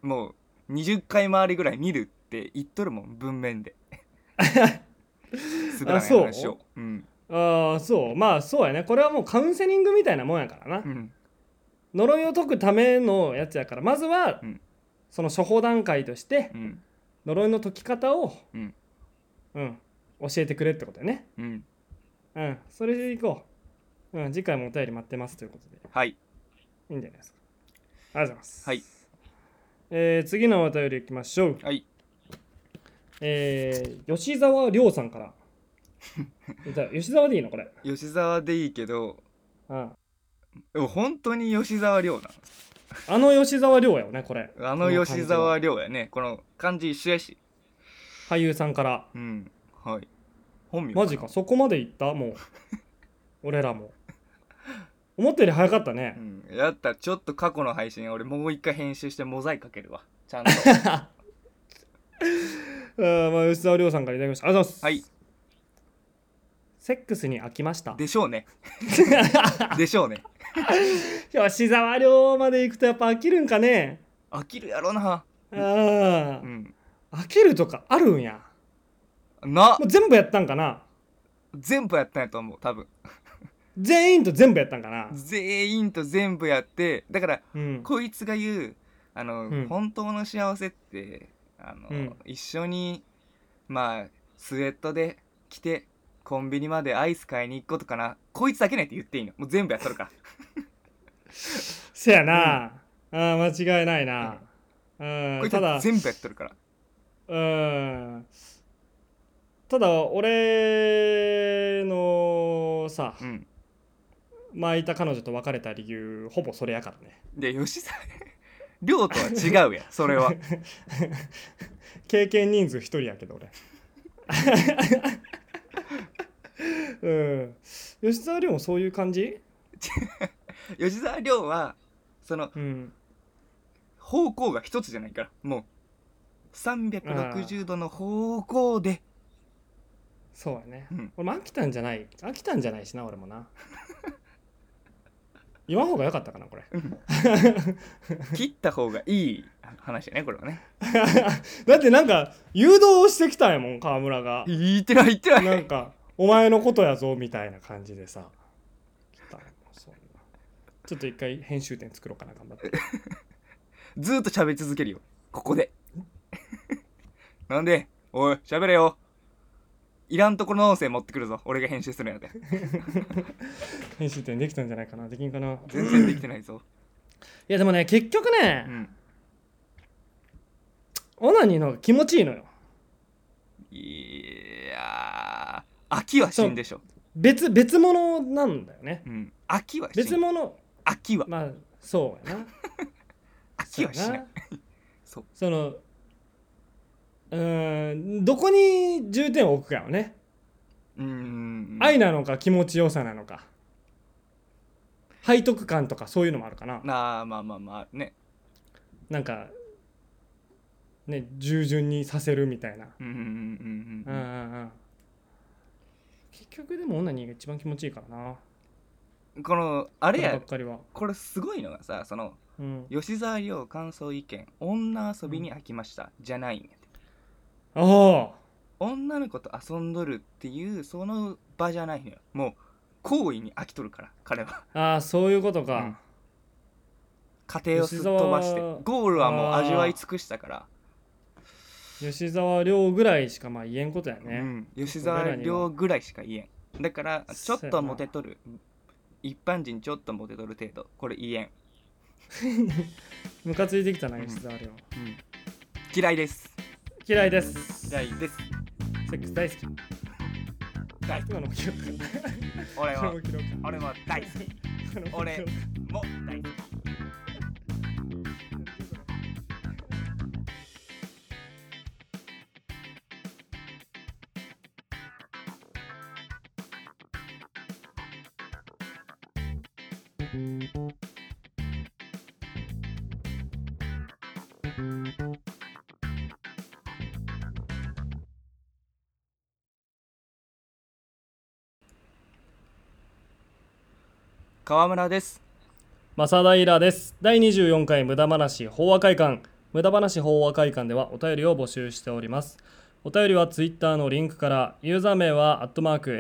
Speaker 4: もう20回回りぐらい見るって言っとるもん文面 で滑らない話をうん
Speaker 5: ああそうまあそうやねこれはもうカウンセリングみたいなもんやからな、
Speaker 4: うん
Speaker 5: 呪いを解くためのやつやからまずは、
Speaker 4: うん
Speaker 5: その初歩段階として
Speaker 4: うん
Speaker 5: 呪いの解き方を、
Speaker 4: うん
Speaker 5: うん教えてくれってことやね
Speaker 4: うん
Speaker 5: うんそれでいこう、うん、次回もお便り待ってますということで
Speaker 4: はい
Speaker 5: いいんじゃないですかありがとうございます
Speaker 4: はい
Speaker 5: えー次のお便りいきましょう、
Speaker 4: はい
Speaker 5: えー吉沢亮さんから いた吉沢でいいのこれ、
Speaker 4: 吉沢でいいけど
Speaker 5: うん、
Speaker 4: でも本当に吉沢亮な
Speaker 5: あの吉沢亮やよねこれ
Speaker 4: のあの吉沢亮やねこの漢字一緒やし
Speaker 5: 俳優さんから
Speaker 4: うんはい本名
Speaker 5: マジかそこまでいったもう 俺らも思ったより早かったね、
Speaker 4: うん、やったらちょっと過去の配信俺もう一回編集してモザイクかけるわち ゃんと
Speaker 5: うんまあ、吉沢亮さんからいただきましたありがとうござ
Speaker 4: はい
Speaker 5: ます、
Speaker 4: い
Speaker 5: セックスに飽きました
Speaker 4: でしょう ねでしょうね
Speaker 5: 吉沢亮まで行くとやっぱ飽きるんかね
Speaker 4: 飽きるやろな
Speaker 5: あ
Speaker 4: う
Speaker 5: ー
Speaker 4: ん
Speaker 5: 飽きるとかあるんや
Speaker 4: な
Speaker 5: もう全部やったんかな
Speaker 4: 全部やったんやと思う多分
Speaker 5: 全員と全部やったんかな
Speaker 4: 全員と全部やってだから
Speaker 5: うん
Speaker 4: こいつが言うあの、
Speaker 5: うん
Speaker 4: 本当の幸せってあの、
Speaker 5: うん
Speaker 4: 一緒にまあスウェットで着てコンビニまでアイス買いに行くことかなこいつだけねって言っていいのもう全部やっとるから
Speaker 5: せやな、あー間違いないな、うん
Speaker 4: こいつ
Speaker 5: ただ
Speaker 4: 全部やっとるから
Speaker 5: うんただ俺のさ、
Speaker 4: うん
Speaker 5: 前いた彼女と別れた理由ほぼそれやから ね
Speaker 4: で吉沢亮とは違うやんそれは
Speaker 5: 経験人数一人やけど俺うん吉沢亮もそういう感じ
Speaker 4: 吉沢亮はその
Speaker 5: うん
Speaker 4: 方向が一つじゃないからもう360度の方向で
Speaker 5: そうやね、
Speaker 4: うん
Speaker 5: 俺も飽きたんじゃない飽きたんじゃないしな俺もな言わん方が良かったかなこれ
Speaker 4: 切った方がいい話やねこれはね
Speaker 5: だってなんか誘導してきたんやもん川村が
Speaker 4: 言ってない言ってない
Speaker 5: なんか「お前のことやぞ」みたいな感じでさ来たよそんなちょっと一回編集点作ろうかな頑張って
Speaker 4: ずーっと喋り続けるよここで なんでおい喋れよいらんところの音声持ってくるぞ俺が編集するんやで
Speaker 5: 編集点できたんじゃないかなできんかな
Speaker 4: 全然できてないぞ
Speaker 5: いやでもね結局ね、
Speaker 4: うん
Speaker 5: オナニーの方が気持ちいいのよ
Speaker 4: いやー飽きはしんでしょ
Speaker 5: 別別物なんだよね
Speaker 4: うん飽きはしん
Speaker 5: 別物
Speaker 4: 飽きは
Speaker 5: まあそうやな
Speaker 4: 飽きはしない そう
Speaker 5: そのうーんどこに重点を置くかよね、
Speaker 4: うーん
Speaker 5: 愛なのか気持ちよさなのか背徳感とかそういうのもあるかな
Speaker 4: なあまあまあまあね
Speaker 5: なんかね従順にさせるみたいな、
Speaker 4: うんうんうん
Speaker 5: う
Speaker 4: う
Speaker 5: ん
Speaker 4: ん
Speaker 5: う
Speaker 4: うん
Speaker 5: んうん結局でも女にが一番気持ちいいからな
Speaker 4: このあ
Speaker 5: あ
Speaker 4: れ
Speaker 5: ばっ
Speaker 4: や
Speaker 5: かりは、
Speaker 4: これすごいのがさその
Speaker 5: うん、
Speaker 4: 吉沢亮感想意見女遊びに飽きました、じゃないんやて
Speaker 5: ああ
Speaker 4: 女の子と遊んどるっていうその場じゃないのよもう行為に飽きとるから彼は
Speaker 5: ああそういうことか、
Speaker 4: うん家庭をすっ飛ばして
Speaker 5: 吉沢
Speaker 4: ゴールはもう味わい尽くしたから、
Speaker 5: 吉沢亮ぐらいしかまあ言えんことや
Speaker 4: う
Speaker 5: ね、
Speaker 4: ん、吉沢亮ぐらいしか言えんだからちょっ
Speaker 5: そうや
Speaker 4: と
Speaker 5: な
Speaker 4: モテとる一般人ちょっとモテとる程度これ言えん、
Speaker 5: ムカついてきたな
Speaker 4: うん
Speaker 5: 吉沢亮、
Speaker 4: 嫌いです
Speaker 5: 嫌いです
Speaker 4: 嫌いです
Speaker 5: セックス大好き
Speaker 4: 大好き
Speaker 5: 今のも切ろうか
Speaker 4: 俺
Speaker 5: 今の
Speaker 4: は
Speaker 5: も切ろうか
Speaker 4: 俺は大好き
Speaker 5: 今のも切ろうか
Speaker 4: 俺も大好き川村です
Speaker 5: 正平です第24回無駄話法話会館無駄話法話会館ではお便りを募集しておりますお便りは Twitter のリンクからユーザー名はアットマーク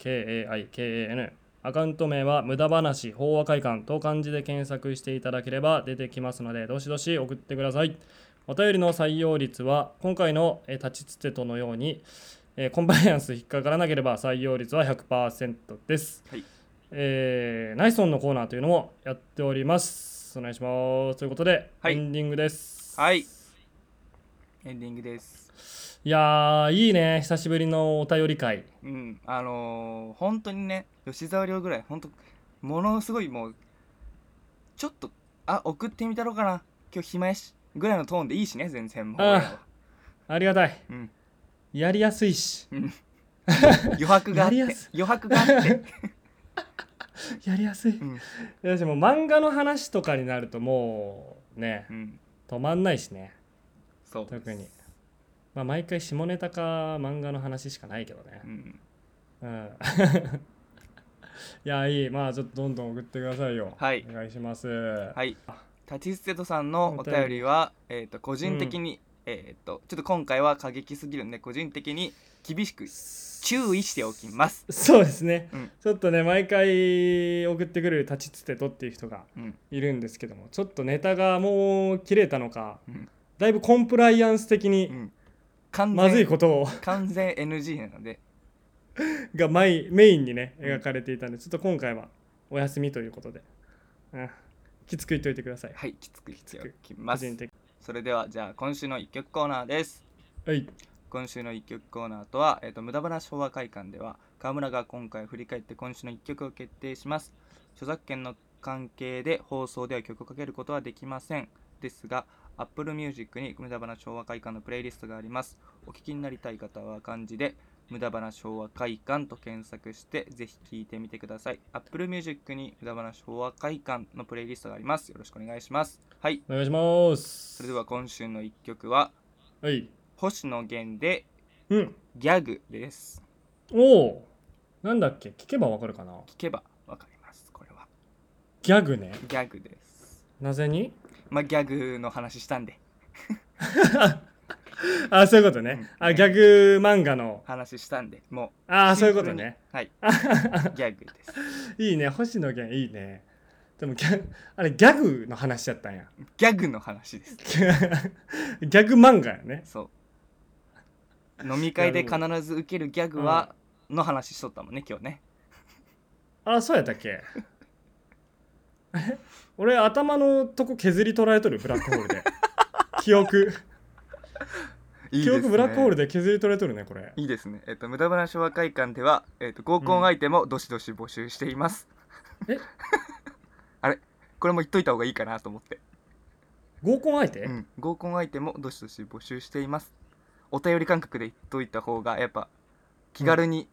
Speaker 5: HOUWAKAIKAN アカウント名は無駄話法話会館と漢字で検索していただければ出てきますのでどしどし送ってくださいお便りの採用率は今回のえー立ちつてとのようにえーコンプライアンス引っかからなければ採用率は100%ですえーナイソンのコーナーというのもやっております。お願いします。ということで、
Speaker 4: はい
Speaker 5: エンディングです。
Speaker 4: はいエンディングです
Speaker 5: いやー、いいね。久しぶりのお便り会。
Speaker 4: うんあのー、本当にね吉沢亮ぐらい本当ものすごいもうちょっとあ送ってみたろうかな今日暇やしぐらいのトーンでいいしね全然もう
Speaker 5: ああ
Speaker 4: 俺らは
Speaker 5: ありがたい。
Speaker 4: うん
Speaker 5: やりやすいし、
Speaker 4: 余白があって
Speaker 5: やりやす
Speaker 4: 余白があ って、
Speaker 5: やりやすい。
Speaker 4: うん
Speaker 5: 私もう漫画の話とかになるともうね
Speaker 4: う、ん、
Speaker 5: 止まんないしね。
Speaker 4: そう
Speaker 5: 特に。まあ、毎回下ネタか漫画の話しかないけどね
Speaker 4: う。ん、
Speaker 5: うん。 いや、いい。まあ、ちょっとどんどん送ってくださいよ。
Speaker 4: はい
Speaker 5: お願いします。
Speaker 4: はいタチステトさんのお便りは、えー、と個人的に、えっ、とちょっと今回は過激すぎるんで個人的に厳しく注意しておきます
Speaker 5: そうですね、
Speaker 4: うん
Speaker 5: ちょっとね毎回送ってくる立ちつてとっていう人が
Speaker 4: うん
Speaker 5: いるんですけどもちょっとネタがもう切れたのか、
Speaker 4: うん
Speaker 5: だいぶコンプライアンス的
Speaker 4: う
Speaker 5: に
Speaker 4: ん完全
Speaker 5: まずいことを
Speaker 4: 完全 NG なので
Speaker 5: がマイメインにね描かれていたんでちょっと今回はお休みということで、うん、きつく言っといてください、
Speaker 4: はい、きつくきつくき
Speaker 5: 個
Speaker 4: ます。
Speaker 5: 人的
Speaker 4: それでは、じゃあ今週の一曲コーナーです。
Speaker 5: はい
Speaker 4: 今週の一曲コーナーとは、えっ、と、無駄話昭和会館では、河村が今回振り返って今週の一曲を決定します。著作権の関係で放送では曲をかけることはできません。ですが、Apple Music に無駄話昭和会館のプレイリストがあります。お聞きになりたい方は漢字で、無駄話昭和会館と検索して、ぜひ聴いてみてください。Apple Music に無駄話昭和会館のプレイリストがあります。よろしくお願いします。はい。
Speaker 5: お願いします
Speaker 4: それでは今週の一曲は
Speaker 5: はい
Speaker 4: 星野源で
Speaker 5: うん
Speaker 4: ギャグです。
Speaker 5: おおなんだっけ聞けばわかるかな
Speaker 4: 聞けばわかります。これは
Speaker 5: ギャグね
Speaker 4: ギャグです。
Speaker 5: なぜに
Speaker 4: まあギャグの話したんで
Speaker 5: あそういうことね、あギャグ漫画の
Speaker 4: 話したんでもう
Speaker 5: ああそう
Speaker 4: シン
Speaker 5: いう
Speaker 4: プ
Speaker 5: こ
Speaker 4: ル
Speaker 5: と
Speaker 4: に
Speaker 5: ね。
Speaker 4: はい。ギャグです。
Speaker 5: いいね星野源いいねでもギャあれギャグの話やったんや
Speaker 4: ギャグの話です。
Speaker 5: ギャグ漫画やね
Speaker 4: そう。飲み会 で必ず受けるギャグはの話しとったもんね今日ね。
Speaker 5: あそうやったっけあれ俺頭のとこ削り取られとるブラックホールで記憶
Speaker 4: いい
Speaker 5: 記
Speaker 4: です
Speaker 5: 憶
Speaker 4: ね
Speaker 5: ブラックホールで削り取られとるねこれ
Speaker 4: いいですねえっと無駄話和会館ではえっと合コン相手もどしどし募集しています、
Speaker 5: え
Speaker 4: あれこれも言っといた方がいいかなと思って
Speaker 5: 合コン相手、
Speaker 4: うん、合コン相手もどしどし募集していますお便り感覚で言っといた方がやっぱ気軽に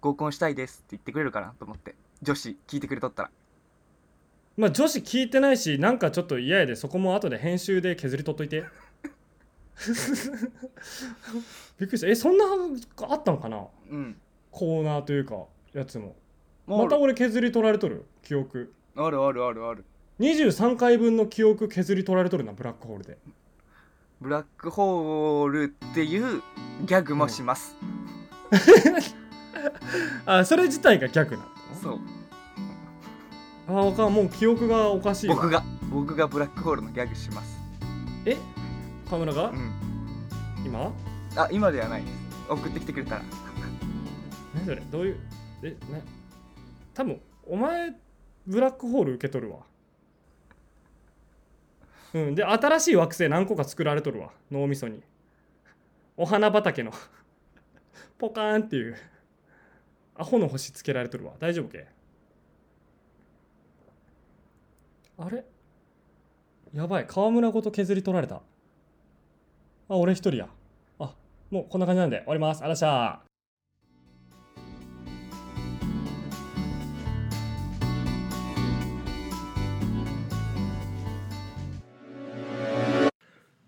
Speaker 4: 合コンしたいですって言ってくれるかなと思って女子聞いてくれとったら
Speaker 5: まあ女子聞いてないしなんかちょっと嫌やでそこも後で編集で削り取っといて びっくりしたえそんなあったのかな
Speaker 4: うん
Speaker 5: コーナーというかやつも
Speaker 4: も
Speaker 5: ま
Speaker 4: う
Speaker 5: た俺削り取られとる記憶
Speaker 4: あるあるあるある
Speaker 5: 23回分の記憶削り取られとるなブラックホールで
Speaker 4: ブラックホールっていうギャグもします、
Speaker 5: あそれ自体が逆な
Speaker 4: そう
Speaker 5: のあわかんもう記憶がおかしいわ
Speaker 4: 僕が僕がブラックホールのギャグします
Speaker 5: え河村が、
Speaker 4: うん
Speaker 5: 今
Speaker 4: あ今ではないです送ってきてくれたら
Speaker 5: 何それどういうえな多分お前ブラックホール受け取るわうんで新しい惑星何個か作られとるわ脳みそにお花畑の ポカーンっていうアホの星つけられとるわ大丈夫けあれやばい河村ごと削り取られたあ俺一人やあもうこんな感じなんで終わりますあらっしゃー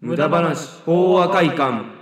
Speaker 6: 無駄話法和会館